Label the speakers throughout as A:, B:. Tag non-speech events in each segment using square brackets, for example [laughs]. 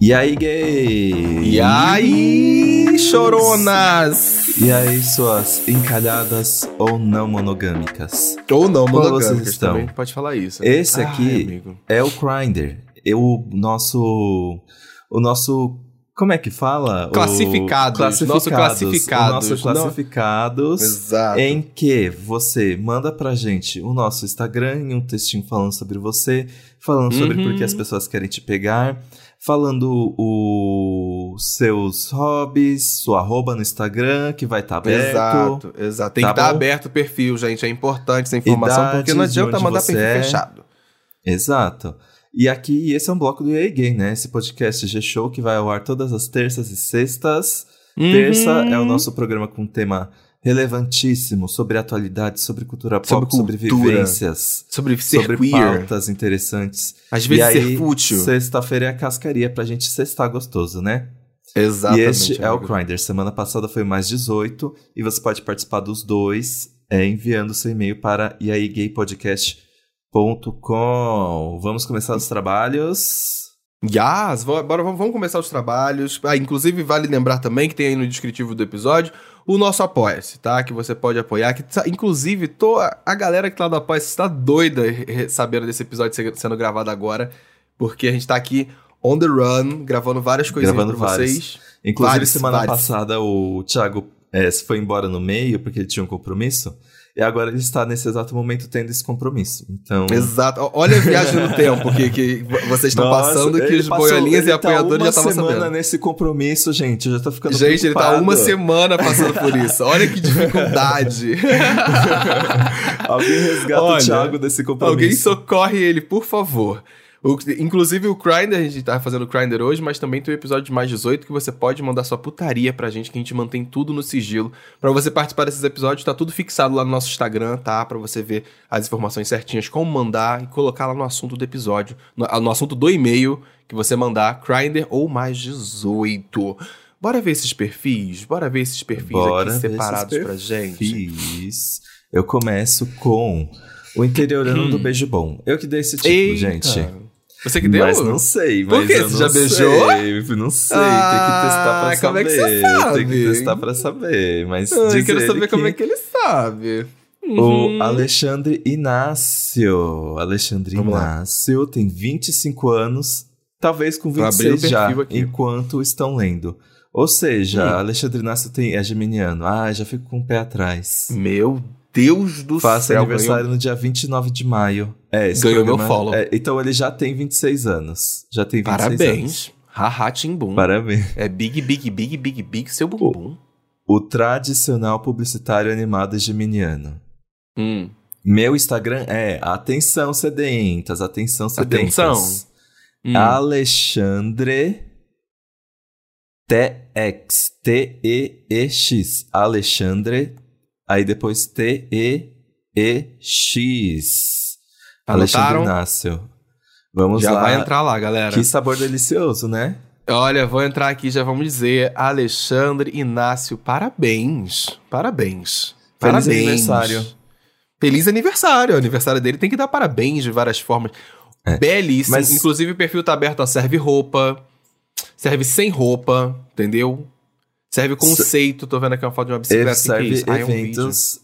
A: E aí, gay?
B: E aí, choronas?
A: E aí, suas encalhadas ou não monogâmicas?
B: Ou não,
A: Como vocês
B: monogâmicas
A: estão?
B: também. Pode falar isso.
A: Esse
B: Ai,
A: aqui-
B: amigo.
A: É o Grindr. É o nosso. O nosso. Como é que fala? O-
B: Classificados. Nosso classificados.
A: O nosso
B: Não.
A: classificados.
B: Exato.
A: Em que você manda pra gente o nosso Instagram e um textinho falando sobre você, falando sobre
B: Uhum.
A: por que as pessoas querem te pegar, falando os seus hobbies, sua arroba no Instagram, que vai estar aberto.
B: Exato, exato. Tem
A: Tá
B: que estar
A: bom?
B: aberto o perfil, gente. É importante essa informação,
A: Idades,
B: porque não
A: de
B: adianta
A: onde
B: mandar
A: você
B: perfil
A: é.
B: fechado.
A: Exato. E aqui, esse é um bloco do EA Gay, né? Esse podcast G-Show que vai ao ar todas as terças e sextas.
B: Uhum.
A: Terça é o nosso programa com um tema relevantíssimo sobre atualidade, sobre cultura pop,
B: Sobre
A: sobre
B: cultura.
A: vivências,
B: Sobre ser
A: sobre
B: queer.
A: pautas interessantes.
B: Às vezes
A: e aí,
B: ser fútil.
A: Sexta-feira é a cascaria pra gente sextar gostoso, né?
B: Exatamente.
A: e este é o
B: amigo.
A: Grindr. Semana passada foi mais 18 e você pode participar dos dois é, enviando seu e-mail para iaigaypodcast.com. Vamos começar os trabalhos.
B: Yas, vamos- bora, vamos, vamos começar os trabalhos. Ah, inclusive, vale lembrar também que tem aí no descritivo do episódio o nosso Apoia-se, tá? Que você pode apoiar. Que, tá- inclusive, tô, a galera que tá do Apoia-se está doida eh, sabendo desse episódio ser- sendo gravado agora, porque a gente tá aqui on the run, gravando várias coisinhas
A: Gravando
B: pra
A: várias.
B: vocês.
A: Inclusive,
B: Vários,
A: semana
B: vários.
A: passada o Thiago é, se foi embora no meio porque ele tinha um compromisso. E agora ele está nesse exato momento tendo esse compromisso. Então.
B: Exato. O- Olha a viagem
A: [laughs]
B: no tempo que, que vo- vocês estão
A: Nossa,
B: passando, que
A: ele
B: os
A: passou-
B: boiolinhas e
A: ele tá
B: apoiadores já estavam
A: Uma semana
B: sabendo.
A: nesse compromisso, gente. Eu já tô ficando
B: Gente, ele tá
A: preocupado.
B: uma semana passando por isso. Olha que
A: [laughs]
B: dificuldade.
A: Alguém resgata
B: Olha,
A: o Thiago desse compromisso.
B: Alguém socorre ele, por favor. O- inclusive o Grindr, a gente tá fazendo o Grindr hoje, mas também tem o episódio de mais 18 que você pode mandar sua putaria pra gente, que a gente mantém tudo no sigilo. Pra você participar desses episódios, tá tudo fixado lá no nosso Instagram, tá? Pra você ver as informações certinhas, como mandar e colocar lá no assunto do episódio, no, ah, no assunto do e-mail que você mandar, Grindr ou mais 18. Bora ver esses perfis? Bora ver esses perfis
A: Bora
B: aqui
A: ver
B: separados
A: esses Tipo,
B: pra gente?
A: Fiz. Eu começo com o interiorano
B: Hum.
A: do beijo bom. Eu que dei esse título,
B: Eita.
A: gente.
B: Você que deu?
A: Mas não sei,
B: Por
A: mas
B: quê?
A: eu
B: Você
A: não
B: já beijou?
A: sei, Não sei,
B: Ah,
A: tem que testar pra
B: como é que
A: saber.
B: você
A: Tem
B: sabe?
A: que testar pra saber. Mas
B: Ah,
A: diz
B: eu quero
A: ele
B: saber
A: que
B: como é que ele sabe. Uhum.
A: O Alexandre Inácio. Alexandre
B: Vamos lá.
A: Inácio tem 25 anos, talvez com
B: Vou abrir o
A: 26 já,
B: perfil aqui.
A: enquanto estão lendo. Ou seja,
B: Hum.
A: Alexandre Inácio tem, é geminiano. Ah, já fico com o pé atrás.
B: Meu Deus do
A: Faça
B: Hum. céu.
A: aniversário no dia 29 de maio. É, esse
B: Ganhou
A: programa-
B: meu follow.
A: é, então ele já tem 26 anos. Já tem 26
B: ganhou.
A: anos.
B: Parabéns. Haha, Timbum.
A: Parabéns.
B: É big, big, big, big, big, seu bumbum.
A: O tradicional publicitário animado geminiano.
B: Hum.
A: Meu Instagram é atenção sedentas, atenção sedentas.
B: Atenção. Hum.
A: Alexandre TX T E E X Alexandre aí depois T E E X Alexandre
B: Anotaram?
A: Inácio. Vamos
B: Já
A: lá.
B: vai entrar lá, galera.
A: Que sabor delicioso, né?
B: Olha, vou entrar aqui, já vamos dizer. Alexandre Inácio, parabéns. Parabéns.
A: Feliz
B: parabéns.
A: aniversário.
B: Feliz aniversário. O aniversário dele tem que dar parabéns de várias formas.
A: É.
B: Belíssimo.
A: Mas-
B: Inclusive, o perfil tá aberto, ó. Serve roupa. Serve sem roupa, entendeu? Serve conceito. Tô vendo aqui uma foto de uma
A: Ele
B: bicicleta.
A: serve
B: que que é isso? Ah, é um vídeo.
A: eventos.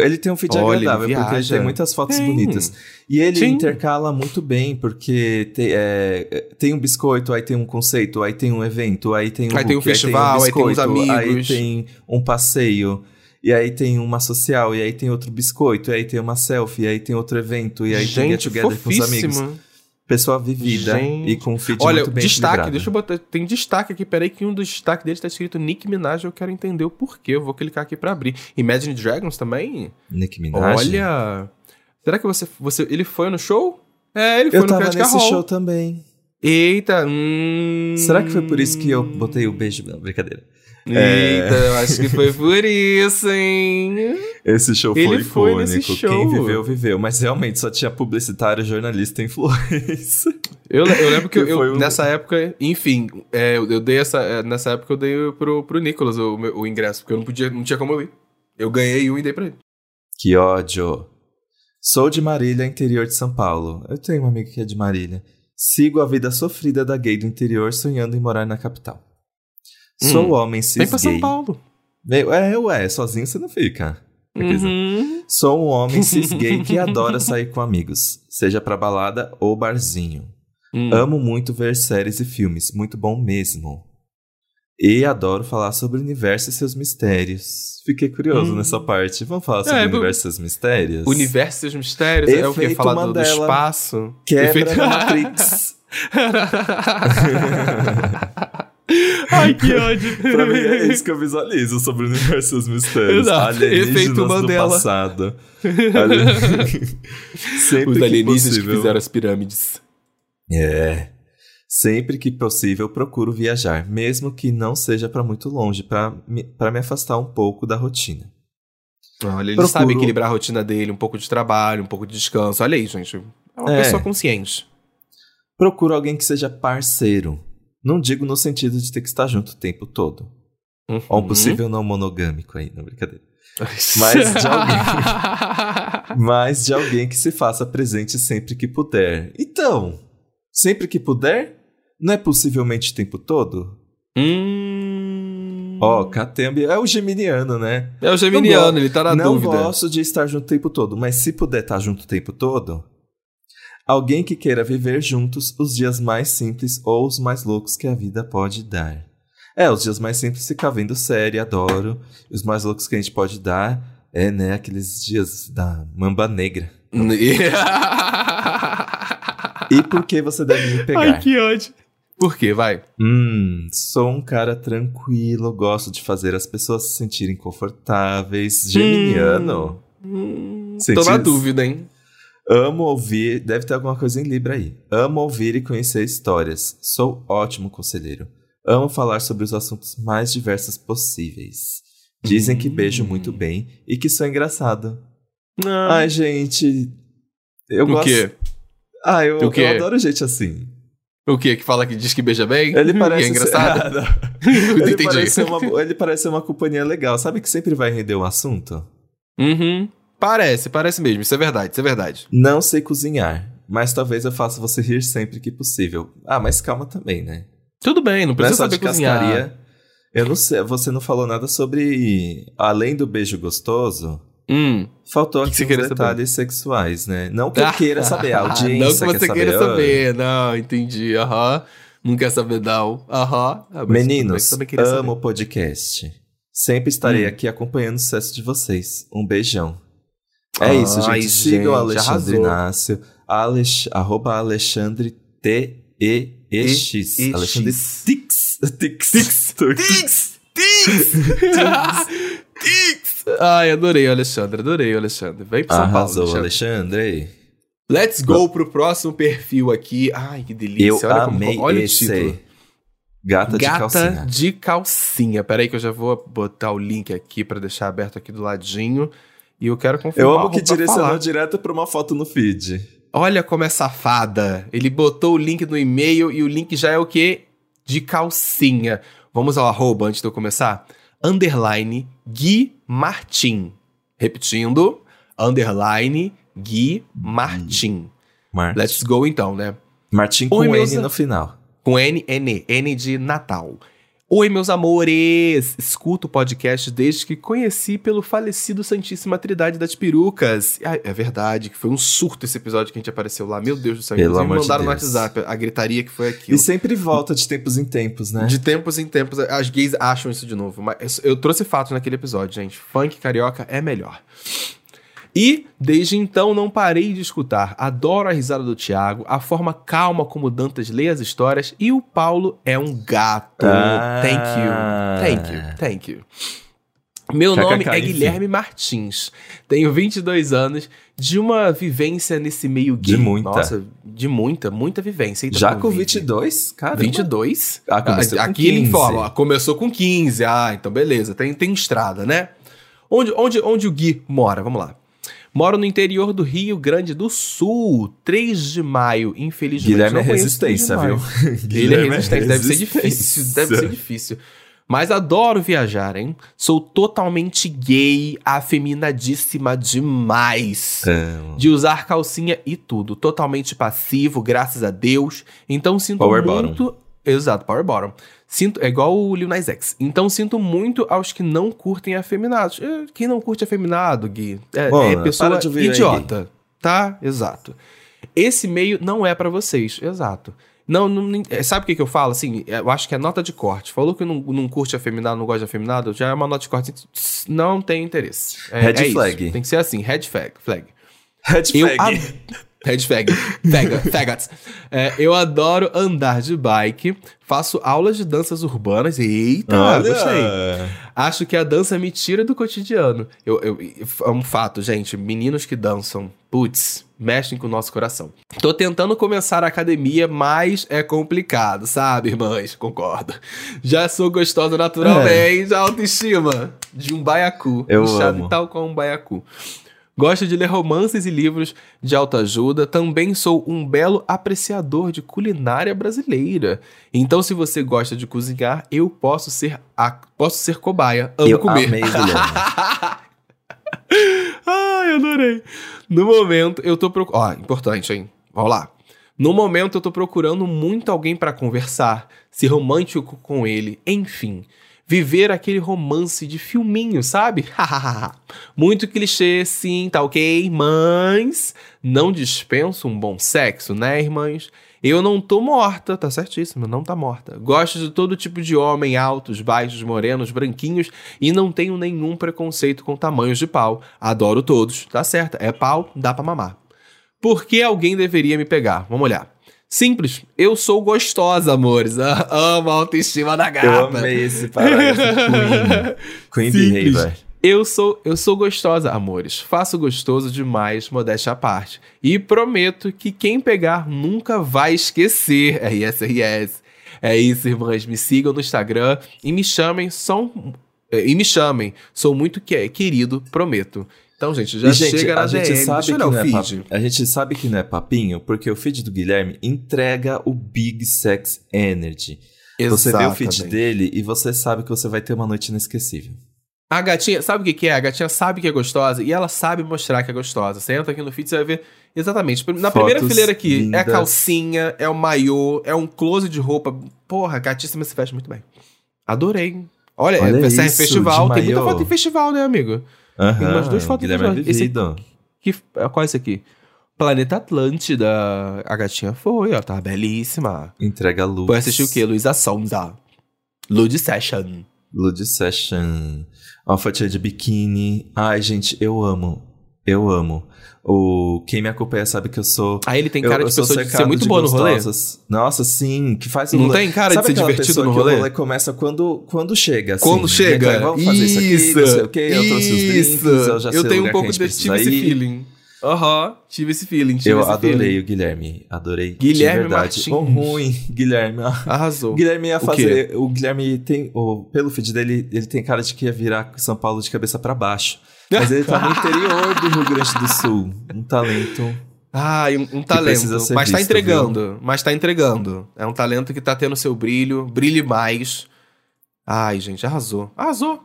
A: ele tem um feed
B: Olha, ele
A: agradável, porque ele
B: viaja.
A: tem muitas fotos
B: Tem.
A: bonitas. E ele
B: Sim.
A: intercala muito bem, porque te- é, é, tem um biscoito, aí tem um conceito, aí tem um evento, aí tem um,
B: Aí tem um
A: book,
B: festival, aí tem uns amigos.
A: aí tem um passeio, e aí tem uma social, e aí tem outro biscoito, e aí tem uma selfie, e aí tem outro evento, e aí tem get
B: Gente,
A: together com os amigos.
B: fofíssima.
A: Pessoa vivida
B: Gente.
A: e com um feed
B: Olha,
A: muito bem
B: destaque,
A: equilibrado.
B: deixa eu botar. Tem destaque aqui, peraí, que um dos destaques deles tá escrito Nick Minaj, eu quero entender o porquê. Eu vou clicar aqui pra abrir. Imagine Dragons também?
A: Nicki Minaj.
B: Olha. Será que você, você. Ele foi no show? É, ele foi
A: eu
B: no
A: tava
B: Credit
A: nesse
B: Card Hall.
A: show também.
B: Eita, hum.
A: Será que foi por isso que eu botei É. o beijo? Não, brincadeira.
B: Eita, eu acho que foi por isso, hein?
A: Esse show foi
B: Ele foi
A: icônico.
B: nesse show.
A: Quem viveu, viveu. Mas realmente só tinha publicitário, jornalista e influencer.
B: Eu, le- eu lembro que,
A: [laughs] Que
B: eu- eu,
A: foi o-
B: nessa época, enfim, é, eu, eu dei essa. é, nessa época eu dei pro, pro Nicolas o, meu- o ingresso, porque eu não podia, não tinha como eu ir. Eu ganhei um e dei pra ele.
A: [laughs] Que ódio. Sou de Marília, interior de São Paulo. Eu tenho um amigo que é de Marília. Sigo a vida sofrida da gay do interior sonhando em morar na capital. Sou um
B: Hum.
A: homem cis
B: Vem pra São
A: gay.
B: Paulo.
A: Meu- É, ué, sozinho você não fica. Beleza.
B: Uhum.
A: Sou um homem cis gay
B: [laughs]
A: que adora sair com amigos, seja pra balada ou barzinho.
B: Hum.
A: Amo muito ver séries e filmes, muito bom mesmo. E adoro falar sobre o universo e seus mistérios. Fiquei curioso
B: Hum.
A: nessa parte. Vamos falar sobre
B: É,
A: o
B: bu-
A: universo e seus mistérios?
B: Universo e os mistérios é o que?
A: Efeito
B: Falar do, do
A: Mandela.
B: espaço? [laughs]
A: Quebra
B: Efeito- [laughs]
A: da Matrix.
B: Ai, que ódio.
A: pra mim é isso que eu visualizo sobre o universo e seus mistérios.
B: Exato.
A: Alienígenas
B: Efeito Mandela.
A: do passado. Ali-
B: [laughs]
A: Sempre
B: Os
A: que
B: alienígenas que
A: possível.
B: fizeram as pirâmides.
A: É. Sempre que possível, procuro viajar, mesmo que não seja pra muito longe, pra me, pra me afastar um pouco da rotina.
B: Ah, Olha, ele
A: Procuro-
B: sabe equilibrar a rotina dele, um pouco de trabalho, um pouco de descanso. Olha aí, gente. É uma
A: É.
B: pessoa consciente.
A: Procuro alguém que seja parceiro. Não digo no sentido de ter que estar junto o tempo todo.
B: Uhum.
A: Ou
B: [laughs]
A: um possível não monogâmico aí, não brincadeira. Mas de
B: alguém.
A: Mas de alguém que se faça presente sempre que puder. Então, sempre que puder? Não é possivelmente o tempo todo?
B: hum...
A: Ó, Catembi é o geminiano, né?
B: É o Geminiano,
A: go-
B: ele tá na
A: não
B: dúvida. [laughs]
A: gosto de estar junto o tempo todo, mas se puder estar junto o tempo todo, alguém que queira viver juntos os dias mais simples ou os mais loucos que a vida pode dar. É, os dias mais simples ficar vendo série, adoro. Os mais loucos que a gente pode dar é, né, aqueles dias da mamba negra. E por que você deve
B: [laughs]
A: me pegar?
B: que ódio. Por quê? Vai.
A: Hum, sou um cara tranquilo, gosto de fazer as pessoas se sentirem confortáveis. Geminiano.
B: Hum,
A: Senti
B: tô na
A: isso.
B: dúvida, hein?
A: Amo ouvir. Deve ter alguma coisa em Libra aí. Amo ouvir e conhecer histórias. Sou ótimo conselheiro. Amo falar sobre os assuntos mais diversos possíveis. Dizem que
B: Hum.
A: beijo muito bem e que sou engraçado.
B: Ah,
A: Ai, gente. Eu
B: o
A: gosto.
B: quê?
A: Ah, eu,
B: O
A: eu
B: quê?
A: adoro
B: [laughs]
A: gente assim.
B: O quê? Que fala que diz que beija bem?
A: Ele
B: E
A: parece.
B: é
A: ser-
B: engraçado?
A: Ah, não.
B: Eu
A: [laughs] ele,
B: entendi.
A: parece ser uma, ele parece ser uma companhia legal. Sabe que sempre vai render um assunto?
B: Uhum. Parece, parece mesmo. Isso é verdade, isso é verdade.
A: Não sei cozinhar, mas talvez eu faça você rir sempre que possível. Ah, mas calma também, né?
B: Tudo bem, não
A: Não é
B: precisa
A: só
B: saber
A: de
B: cozinhar.
A: cascaria. Eu não sei, você não falou nada sobre. Além do beijo gostoso,
B: Hum.
A: faltou
B: Que que
A: aqui
B: você
A: uns
B: queria saber? Ah,
A: detalhes sexuais, né? Não que eu queira saber, a audiência
B: [laughs] Não que
A: quer
B: você
A: saber.
B: queira
A: Ah,
B: saber. Não, entendi. Aham. Não quer saber, não. Aham. Ah, mas
A: Meninos,
B: tudo bem que eu também queria saber.
A: amo o podcast. Sempre estarei
B: Hum.
A: aqui acompanhando o sucesso de vocês. Um beijão. É isso,
B: Ai,
A: gente. Sigam o
B: gente,
A: Alexandre
B: arrasou.
A: Inácio. Alex, arroba Alexandre T E E X.
B: E- E-
A: Alexandre
B: X.
A: Tix. [laughs] Tix. Tix.
B: Tix! Tix! Tix! Ai, adorei o Alexandre, adorei o Alexandre. Vem pro São
A: Arrasou,
B: Paulo, Alexandre.
A: Alexandre.
B: Let's go pro próximo perfil aqui. Ai, que delícia.
A: Eu
B: olha como-
A: amei
B: olha
A: esse.
B: o título.
A: Gata, de
B: Gata
A: calcinha.
B: de calcinha. Pera aí que eu já vou botar o link aqui pra deixar aberto aqui do ladinho. E eu quero confirmar
A: Eu
B: o
A: amo que
B: pra
A: direcionou
B: falar.
A: direto pra uma foto no feed.
B: Olha como é safada. Ele botou o link no e-mail e o link já é o quê? De calcinha. Vamos ao arroba antes de eu começar? Underline Gui Martim. Repetindo. Underline Gui Martim.
A: Mar
B: Let's go então, né?
A: Martim com
B: Oi,
A: N
B: meus-
A: no final.
B: Com N, N, N de Natal. Oi, meus amores! Escuto o podcast desde que conheci pelo falecido Santíssima Trindade das Perucas. Ah, é verdade, que foi um surto esse episódio que a gente apareceu lá. Meu Deus do céu,
A: Pelo
B: inclusive
A: amor de
B: mandaram no
A: Deus.
B: WhatsApp a gritaria que foi aquilo.
A: E sempre volta de tempos em tempos, né?
B: De tempos em tempos, as gays acham isso de novo. Mas eu trouxe fatos naquele episódio, gente. Funk carioca é melhor. E, desde então, não parei de escutar. Adoro a risada do Thiago, a forma calma como o Dantas lê as histórias e o Paulo é um gato.
A: Ah.
B: Thank you. Thank you. Thank you. Meu
A: KKK,
B: nome é
A: enfim.
B: Guilherme Martins. Tenho 22 anos de uma vivência nesse meio
A: De
B: gay.
A: muita.
B: Nossa, de muita, muita vivência. Eita,
A: Já com
B: Covid.
A: 22? Cara,
B: 22?
A: Ah, começou
B: Ah,
A: com
B: Aqui ele
A: 15.
B: informa, ó, começou com 15. Ah, então beleza, tem, tem estrada, né? Onde, onde, onde o Gui mora? Vamos lá. Moro no interior do Rio Grande do Sul, 3 de maio, infelizmente.
A: Guilherme
B: não
A: é
B: conheço 3 de
A: [laughs] resistência,
B: maio. é
A: viu? é
B: Ele é resistente, deve ser difícil, deve ser
A: resistência.
B: difícil. Mas adoro viajar, hein? Sou totalmente gay, afeminadíssima demais.
A: Amo.
B: De usar calcinha e tudo. Totalmente passivo, graças a Deus. Então sinto
A: Power bottom.
B: muito. Exato, power bottom. Sinto, é igual o Lil Nas X. Então sinto muito aos que não curtem afeminados. Eh, Quem não curte afeminado, Gui? É,
A: Mano,
B: é pessoa
A: para de ouvir aí,
B: idiota. tá? Exato. Esse meio não é pra vocês. Exato. Não, não- nem- eh, sabe o que, que eu falo? Assim, eu acho que é nota de corte. Falou que não, não curte afeminado, não gosta de afeminado, já é uma nota de corte. Tss, Não tem interesse. É,
A: Red
B: é isso.
A: flag.
B: Tem que ser assim, red flag. flag.
A: Red
B: Eu
A: flag.
B: ad- Red flag.
A: [laughs]
B: Fega, faggots. É, eu adoro andar de bike, faço aulas de danças urbanas. Eita,
A: Ah,
B: Ah, gostei. Acho que a dança me tira do cotidiano. Eu, eu- é um fato, gente. Meninos que dançam, putz, mexem com o nosso coração. Tô tentando começar a academia, mas é complicado, sabe, irmãs? Concordo. Já sou gostosa naturalmente, autoestima de um baiacu.
A: É. Eu
B: inchado
A: amo.
B: tal qual um baiacu. Gosto de ler romances e livros de autoajuda. Também sou um belo apreciador de culinária brasileira. Então, se você gosta de cozinhar, eu posso ser a... posso ser cobaia. Amo
A: Eu
B: comer.
A: amei, Guilherme.
B: [laughs] Ai, adorei. No momento, eu tô procurando. Ó, importante, hein? Vamos lá. No momento, eu tô procurando muito alguém pra conversar, ser romântico com ele, enfim. Viver aquele romance de filminho, sabe? [laughs] muito clichê, sim, tá ok, mas não dispenso um bom sexo, né, irmãs? Eu não tô morta, tá certíssimo, não tá morta. Gosto de todo tipo de homem, altos, baixos, morenos, branquinhos, e não tenho nenhum preconceito com tamanhos de pau. Adoro todos, tá certo? É pau, dá pra mamar. Por que alguém deveria me pegar? Vamos olhar. Simples, eu sou gostosa, amores. [laughs] Ah, Amo a autoestima da gata.
A: Eu amei esse parágrafo.
B: [laughs]
A: Queen. Queen
B: Simples.
A: Behavior.
B: Eu sou, eu sou gostosa, amores. Faço gostoso demais, modéstia à parte. E prometo que quem pegar nunca vai esquecer. RS, RS. É isso, irmãs. Me sigam no Instagram e me chamem. São, eh, e me chamem. Sou muito que- querido, prometo. Então, gente, já
A: E, gente,
B: chega na
A: a gente
B: DM.
A: sabe
B: Deixa
A: que
B: eu olhar
A: não é
B: o feed.
A: papinho, a gente sabe que não é papinho porque o feed do Guilherme entrega o Big Sex Energy. Você vê o feed
B: Exatamente.
A: dele e você sabe que você vai ter uma noite inesquecível.
B: A gatinha, sabe o que, que é? A gatinha sabe que é gostosa e ela sabe mostrar que é gostosa. Você entra aqui no feed, você vai ver exatamente. Na primeira
A: Fotos
B: fileira aqui, é a
A: lindas.
B: calcinha, é o maiô, é um close de roupa. Porra, gatíssima se veste muito bem. Adorei. Olha,
A: Olha
B: é, serve
A: isso,
B: festival.
A: de
B: Tem muita
A: maiô.
B: foto em festival, né, amigo?
A: Aham,
B: umas duas fotos
A: Guilherme é
B: visuais. Esse-
A: vivido.
B: Que, qual é esse aqui? Planeta Atlântida. A gatinha foi, ó, tá belíssima.
A: Entrega luz.
B: Foi assistir o quê? Luísa Sonza. Lud Session.
A: Lud Session. Uma fatia de biquíni. Ai, gente, eu amo. Eu amo. O... Quem me acompanha sabe que eu sou.
B: Aí ele tem
A: eu-
B: cara
A: eu
B: de
A: sou
B: pessoa de ser
A: cercado
B: muito
A: de
B: boa no rolê.
A: gostosas. Nossa, sim, que faz o
B: Não
A: rolê.
B: tem cara de
A: sabe
B: ser
A: aquela
B: divertido
A: pessoa
B: no
A: que
B: rolê?
A: o rolê começa quando, quando chega, assim.
B: Quando chega.
A: Então, vamos fazer isso, aqui, não sei o quê, eu trouxe os drinks,
B: isso.
A: eu já sei o
B: tenho
A: lugar
B: um pouco
A: que a gente
B: desse, tive
A: precisa
B: esse
A: ir.
B: feeling. Aham, tive esse feeling, tive
A: Eu
B: esse
A: adorei
B: feeling.
A: o Guilherme, adorei.
B: Guilherme
A: de verdade.
B: Martins.
A: Ô, ruim, Guilherme. ah. O
B: Arrasou.
A: Guilherme ia
B: quê?
A: fazer. O Guilherme tem. o- pelo feed dele, ele tem cara de que ia virar São Paulo de cabeça pra baixo. Mas
B: [laughs]
A: ele tá no interior do Rio Grande do Sul. Um talento.
B: Ah, um- um talento.
A: precisa ser
B: Mas tá
A: visto,
B: entregando, mas tá entregando. É um talento que tá tendo seu brilho, brilhe mais. Ai, gente, arrasou. Arrasou.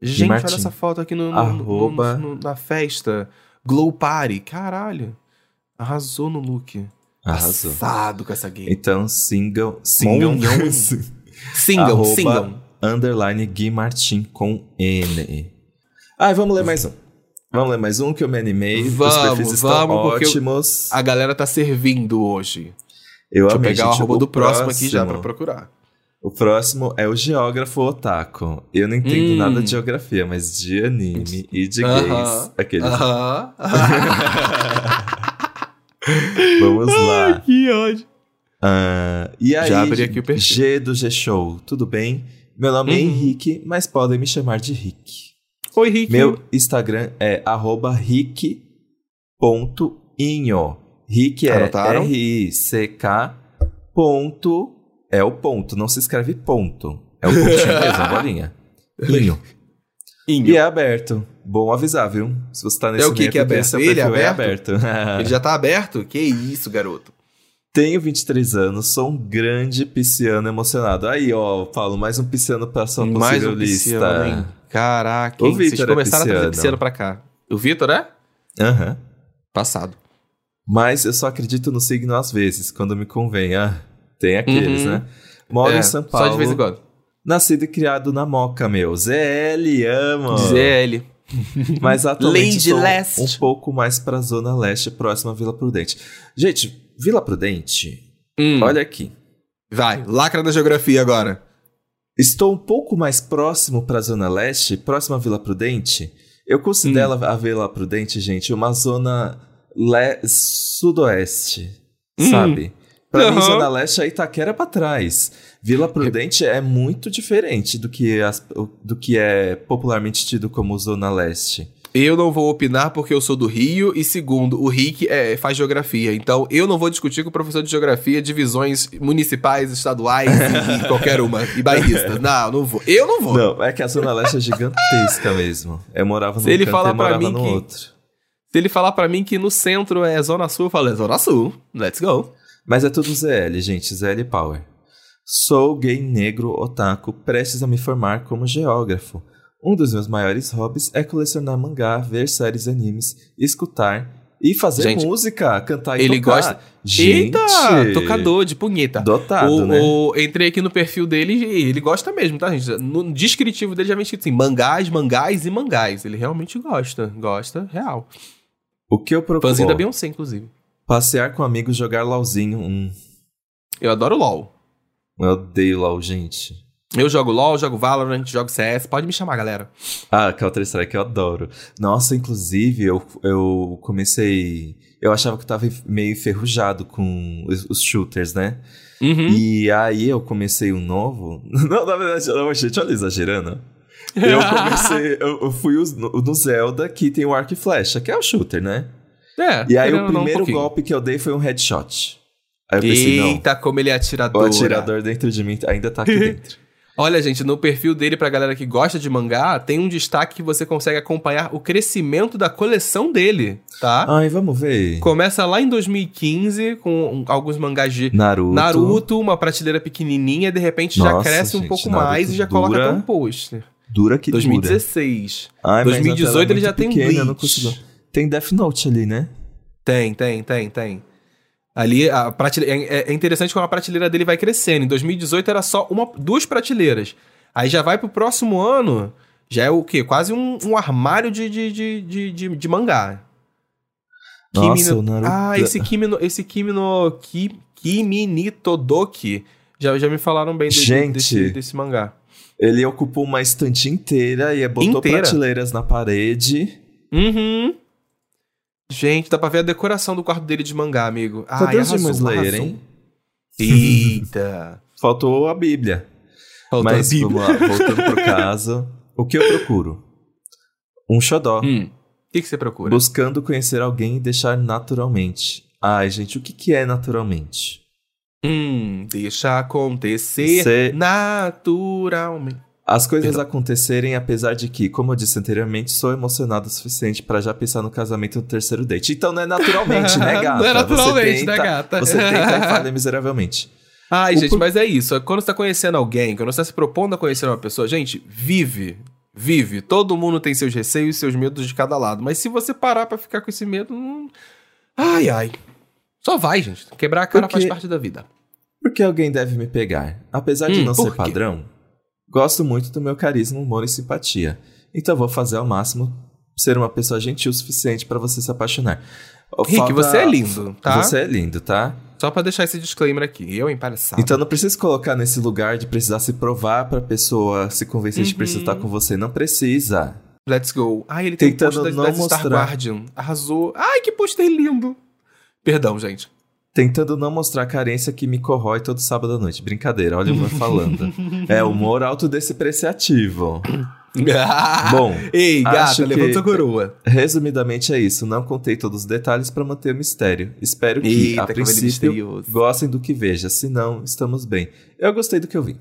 B: Gente,
A: Martim.
B: olha essa foto aqui no, no-
A: Arroba.
B: no- no- na festa. Glow Party, caralho. Arrasou no look.
A: Arrasou.
B: Passado com essa game.
A: Então, singam. Singam.
B: Monhão. Singam,
A: Arroba.
B: singam.
A: underline Gui Martin com N. Ah, e vamos ler mais um. Vamos ler mais um que eu me animei. Os
B: Vamos,
A: perfis estão
B: vamos, porque eu-
A: ótimos.
B: A galera tá servindo hoje.
A: Eu,
B: Deixa eu
A: amei,
B: pegar o
A: gente.
B: arroba do próximo, aqui já pra
A: próximo-
B: procurar.
A: O próximo é o geógrafo otaku. Eu não entendo
B: Hum.
A: nada de geografia, mas de anime e de
B: Aham.
A: gays. Aqueles.
B: Aham.
A: Vamos lá.
B: que ódio.
A: Ah, e aí,
B: Já abri aqui o perfil.
A: G do G-Show, tudo bem? Meu nome é
B: Uhum.
A: Henrique, mas podem me chamar de Rick.
B: Oi, Rick.
A: Meu Instagram é arroba rick.inho. Rick é
B: Anotaram?
A: R-I-C-K ponto... É o ponto, não se escreve ponto. É
B: [laughs]
A: o pontinho mesmo, a bolinha. Inho. E
B: Inho.
A: é aberto. Bom avisar, viu? Se você tá nesse
B: o que
A: meio
B: que é
A: porque
B: aberto?
A: seu
B: Ele é
A: perfil
B: aberto?
A: é aberto. [laughs]
B: Ele já tá aberto? Que isso, garoto.
A: Tenho 23 anos, sou um grande pisciano emocionado. Aí, ó, Paulo, mais um pisciano pra sua
B: Mais
A: possível
B: um
A: lista.
B: pisciano, hein? Caraca,
A: O
B: hein? Vocês
A: Vitor é
B: começaram a trazer
A: pisciano.
B: pisciano pra cá. O Vitor, é?
A: Aham.
B: Passado.
A: Mas eu só acredito no signo às vezes, quando me convém. Ah, tem aqueles,
B: Uhum.
A: né? Moro
B: É,
A: em São Paulo.
B: Só de vez em quando.
A: Nascido e criado na Moca, meu. ZL, amo.
B: ZL.
A: Mas
B: Lady
A: atualmente estou
B: Leste.
A: um pouco mais pra Zona Leste, próxima a Vila Prudente. Gente, Vila Prudente,
B: Hum.
A: olha aqui.
B: Vai, lacra da geografia agora.
A: Estou um pouco mais próximo pra Zona Leste, próxima à Vila Prudente. Eu considero
B: Hum.
A: a Vila Prudente, gente, uma zona le- sudoeste,
B: Hum.
A: sabe? Pra mim,
B: Aham.
A: Zona Leste é Itaquera pra trás. Vila Prudente é muito diferente do que, as- do que é popularmente tido como Zona Leste.
B: Eu não vou opinar porque eu sou do Rio e segundo, o Rick é, faz geografia. Então eu não vou discutir com o professor de geografia divisões municipais, estaduais e, e qualquer uma e [laughs] bairristas. Não, não vou. Eu não vou.
A: Não, é que a Zona Leste é gigantesca mesmo. Eu morava num
B: Se ele
A: canto
B: falar
A: e morava
B: pra mim
A: no
B: que-
A: outro.
B: Se ele falar pra mim que no centro é zona sul, eu falo, é zona sul. Let's go.
A: Mas é tudo ZL, gente. ZL Power. Sou gay negro otaku, prestes a me formar como geógrafo. Um dos meus maiores hobbies é colecionar mangá, ver séries e animes, escutar e fazer
B: Gente,
A: música, cantar e
B: ele
A: tocar.
B: gosta-
A: Gente,
B: Eita, tocador de punheta.
A: Dotado,
B: o,
A: né?
B: o- entrei aqui no perfil dele e ele gosta mesmo, tá, gente? No descritivo dele já vem escrito assim: mangás, mangás e mangás. Ele realmente gosta, gosta, real.
A: O que eu
B: Fãzinho da
A: procuro?
B: Beyoncé, inclusive.
A: Passear com amigos, jogar LOLzinho. Hum,
B: Eu adoro LOL.
A: eu odeio LOL, gente.
B: Eu jogo LOL, jogo Valorant, jogo CS. Pode me chamar, galera.
A: Ah, Counter-Strike eu adoro. Nossa, inclusive, eu, eu comecei. Eu achava que eu tava meio enferrujado com os, os shooters, né?
B: [laughs] Uhum.
A: E aí eu comecei um novo. [laughs] Não, na verdade, não, gente,
B: [laughs]
A: olha, exagerando. Eu comecei. eu, eu fui os- no, no Zelda, que tem o arco e flecha, que é o shooter, né?
B: É,
A: E aí
B: querendo ou
A: o
B: não, um
A: primeiro
B: pouquinho.
A: golpe que eu dei foi um headshot. Aí eu pensei, não,
B: Eita, como ele é
A: o
B: atirador.
A: atirador né? dentro de mim ainda
B: [laughs]
A: tá aqui dentro.
B: Olha, gente, no perfil dele, pra galera que gosta de mangá, tem um destaque que você consegue acompanhar o crescimento da coleção dele, tá?
A: Ai, vamos ver.
B: Começa lá em 2015 com um- alguns mangás de
A: Naruto.
B: Naruto, uma prateleira pequenininha, de repente já
A: Nossa,
B: cresce um
A: gente,
B: pouco
A: Naruto
B: mais e já
A: dura-
B: coloca até um pôster.
A: Dura que dura.
B: 2016.
A: Ai, mas a tela é
B: 2018 ele
A: muito
B: já tem
A: pequena, eu não
B: Bleach.
A: consigo- Tem Death Note ali, né?
B: Tem, tem, tem, tem. Ali, a prateleira, é, é interessante como a prateleira dele vai crescendo. Em 2018 era só uma, duas prateleiras. Aí já vai pro próximo ano, já é o quê? Quase um, um armário de, de, de, de, de- de mangá.
A: Nossa,
B: no-
A: o Naruto.
B: Ah, esse Kimi no, esse Kimi no Ki- Kimi ni Todoki. Já, já me falaram bem desse,
A: Gente.
B: desse, desse mangá.
A: Ele ocupou uma estante inteira e botou
B: Inteira?
A: prateleiras na parede.
B: Uhum. Gente, dá pra ver a decoração do quarto dele de mangá, amigo.
A: Cadê
B: Ai,
A: os Demon
B: arrasou,
A: Slayer,
B: arrasou.
A: hein?
B: Eita.
A: [laughs] Faltou a Bíblia.
B: Faltou
A: Mas
B: a Bíblia.
A: vamos lá, voltando pro
B: [laughs]
A: caso. O que eu procuro? Um xodó.
B: Hum. O que, que você procura?
A: Buscando conhecer alguém e deixar naturalmente. Ai, gente, o que, que é naturalmente?
B: Hum, deixa acontecer
A: Cê-
B: naturalmente.
A: As coisas
B: Perdão.
A: acontecerem, apesar de que, como eu disse anteriormente, sou emocionado o suficiente pra já pensar no casamento no terceiro date. Então não é naturalmente, né, gata?
B: [laughs] Não é
A: Você
B: naturalmente, né,
A: tenta-
B: gata? [laughs]
A: Você tenta e falha miseravelmente.
B: Ai,
A: O
B: gente,
A: pro-
B: mas é isso. Quando você tá conhecendo alguém, quando você tá se propondo a conhecer uma pessoa, gente, vive. Vive. Todo mundo tem seus receios e seus medos de cada lado. Mas se você parar pra ficar com esse medo, não... Ai, ai. Só vai, gente. Quebrar a cara
A: Porque-
B: faz parte da vida.
A: Por que alguém deve me pegar? Apesar de
B: Hum,
A: não ser
B: por quê?
A: padrão, gosto muito do meu carisma, humor e simpatia. Então vou fazer ao máximo ser uma pessoa gentil o suficiente pra você se apaixonar.
B: Rick,
A: Falta-
B: você é lindo, tá?
A: Você é lindo, tá?
B: Só pra deixar esse disclaimer aqui. Eu, empalhaçado.
A: Então não precisa colocar nesse lugar de precisar se provar pra pessoa se convencer de
B: Uhum.
A: precisar estar com você. Não precisa.
B: Let's go. Ai, ele tem um
A: Tentando
B: pôster da,
A: não
B: da Star
A: mostrar.
B: Guardian. Arrasou. Ai, que pôster lindo. Perdão, gente.
A: Tentando não mostrar a carência que me corrói todo sábado à noite. Brincadeira, olha o humor
B: [laughs]
A: falando. É humor autodepreciativo. [laughs]
B: Ah!
A: Bom,
B: Ei,
A: acho
B: gata, levanta
A: que-
B: sua coroa.
A: resumidamente é isso. Não contei todos os detalhes pra manter o mistério. Espero que,
B: Eita,
A: a
B: como ele é
A: princípio,
B: misterioso.
A: gostem do que veja. Se não, estamos bem. Eu gostei do que eu vi.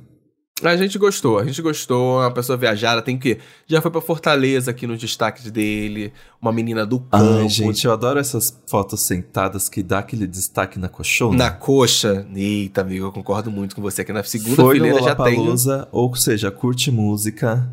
B: A gente gostou, a gente gostou. Uma pessoa viajada tem que. Já foi pra Fortaleza aqui nos destaques dele. Uma menina do campo.
A: Ai, Ah, gente, eu adoro essas fotos sentadas que dá aquele destaque na coxona.
B: Na coxa. Eita, amigo, eu concordo muito com você. Aqui na segunda
A: Foi no
B: fileira já tem.
A: Lollapalooza, ou seja, curte música.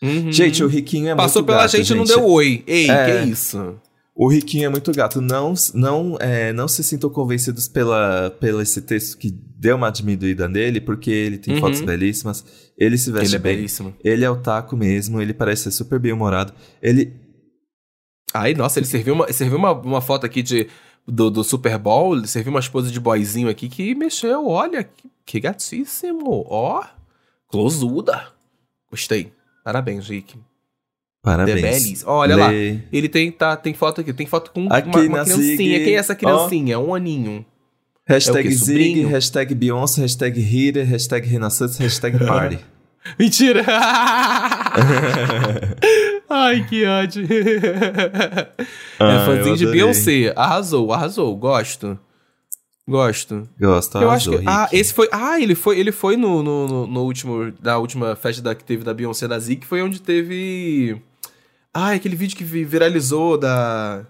B: Uhum.
A: Gente, o Riquinho é
B: Passou
A: muito
B: pela
A: gato,
B: gente e não deu oi. Ei,
A: É.
B: que isso?
A: O Riquinho é muito gato. Não, não, é, não se sintam convencidos pela, pela esse texto que deu uma diminuída nele, porque ele tem
B: Uhum.
A: fotos belíssimas, ele se veste
B: Ele é
A: bem,
B: belíssimo.
A: ele é o taco mesmo, ele parece ser super bem-humorado. Ele
B: Aí, nossa, ele serviu uma, serviu uma, uma foto aqui de, do, do Super Bowl, ele serviu uma esposa de boyzinho aqui que mexeu. Olha, que, que gatíssimo. Ó, closuda. Gostei. Parabéns, Rick.
A: Parabéns.
B: The Bellies. é Olha lá.
A: Lê.
B: Ele tem, tá, tem foto aqui, tem foto com
A: Aqui
B: uma, uma
A: na
B: criancinha.
A: Zig,
B: Quem é essa
A: ó.
B: criancinha? Um aninho. [laughs]
A: Hashtag
B: É o quê,
A: Zig,
B: sobrinho?
A: hashtag Beyoncé, hashtag Hira, hashtag
B: [laughs]
A: Renaissance, hashtag Party. [laughs]
B: Mentira! Ai, que ódio. é
A: Ah, eu
B: fãzinho de
A: adorei.
B: Beyoncé. Arrasou, arrasou. Gosto. Gosto.
A: Gosto,
B: Eu acho
A: arrasou,
B: que. Ah,
A: Rick.
B: esse foi. Ah, ele foi, ele foi no, no, no- no último. Da última festa da, que teve da Beyoncé da Zig, que foi onde teve. Ah, aquele vídeo que vi- viralizou da.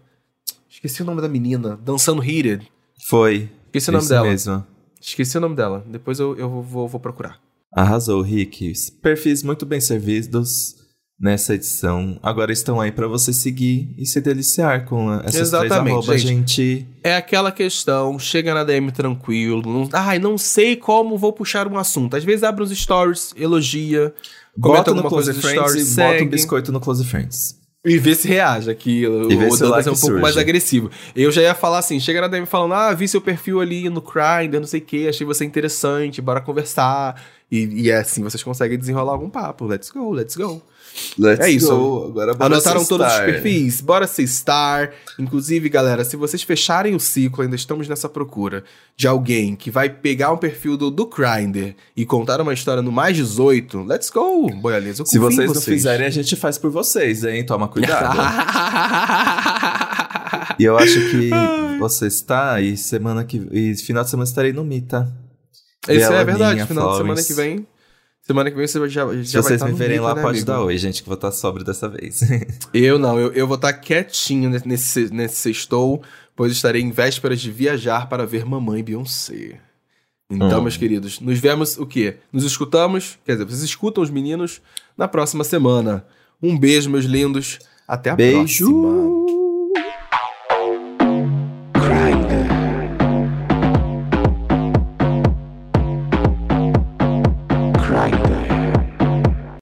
B: Esqueci o nome da menina. Dançando Heated.
A: Foi.
B: Esqueci é o nome
A: isso
B: dela.
A: mesmo.
B: Esqueci o nome dela. Depois eu, eu vou, vou procurar.
A: Arrasou, Rick. Perfis muito bem servidos nessa edição. Agora estão aí pra você seguir e se deliciar com a- essas
B: Exatamente,
A: três arrobas, gente.
B: É aquela questão, chega na DM tranquilo. Não, Ai, não sei como vou puxar um assunto. Às vezes abre uns stories, elogia, comenta
A: Bota no
B: alguma coisa
A: Close
B: dos
A: Friends
B: stories,
A: e bota um
B: segue.
A: biscoito no Close Friends.
B: E ver se reage aqui. O,
A: E ver
B: o
A: se o
B: Dantas
A: like
B: é um pouco
A: surge.
B: mais agressivo. Eu já ia falar assim, chega na DM falando, ah, vi seu perfil ali no Grindr, não sei o que, achei você interessante, bora conversar. E, e é assim vocês conseguem desenrolar algum papo. Let's go, let's go.
A: Let's
B: É isso.
A: go. Agora bora
B: Anotaram
A: se
B: todos os
A: estar.
B: perfis? Bora se estar. Inclusive, galera, se vocês fecharem o ciclo, ainda estamos nessa procura de alguém que vai pegar um perfil do, do Grindr e contar uma história no mais 18. Let's go, boialês. Eu
A: Se
B: confio em
A: vocês, não fizerem, a gente faz por vocês, hein? Toma
B: [laughs]
A: cuidado.
B: Cuidado.
A: e eu acho que você está e semana que e final de semana estarei no Mita.
B: Isso
A: Bela
B: é verdade,
A: Ninha
B: final de semana
A: Flowers.
B: que vem. Semana que vem você já, já
A: Se
B: vai
A: vocês
B: tá
A: me
B: no
A: verem
B: Mita,
A: lá,
B: né,
A: pode
B: amigo?
A: dar oi, gente, que vou estar sóbrio dessa vez.
B: Eu não, eu, eu vou estar quietinho nesse- nesse, nesse sextou, pois estarei em vésperas de viajar para ver mamãe Beyoncé. Então,
A: Hum.
B: meus queridos, nos vemos o quê? Nos escutamos, quer dizer, vocês escutam os meninos na próxima semana. Um beijo, meus lindos. Até a
A: Beijo!
B: próxima.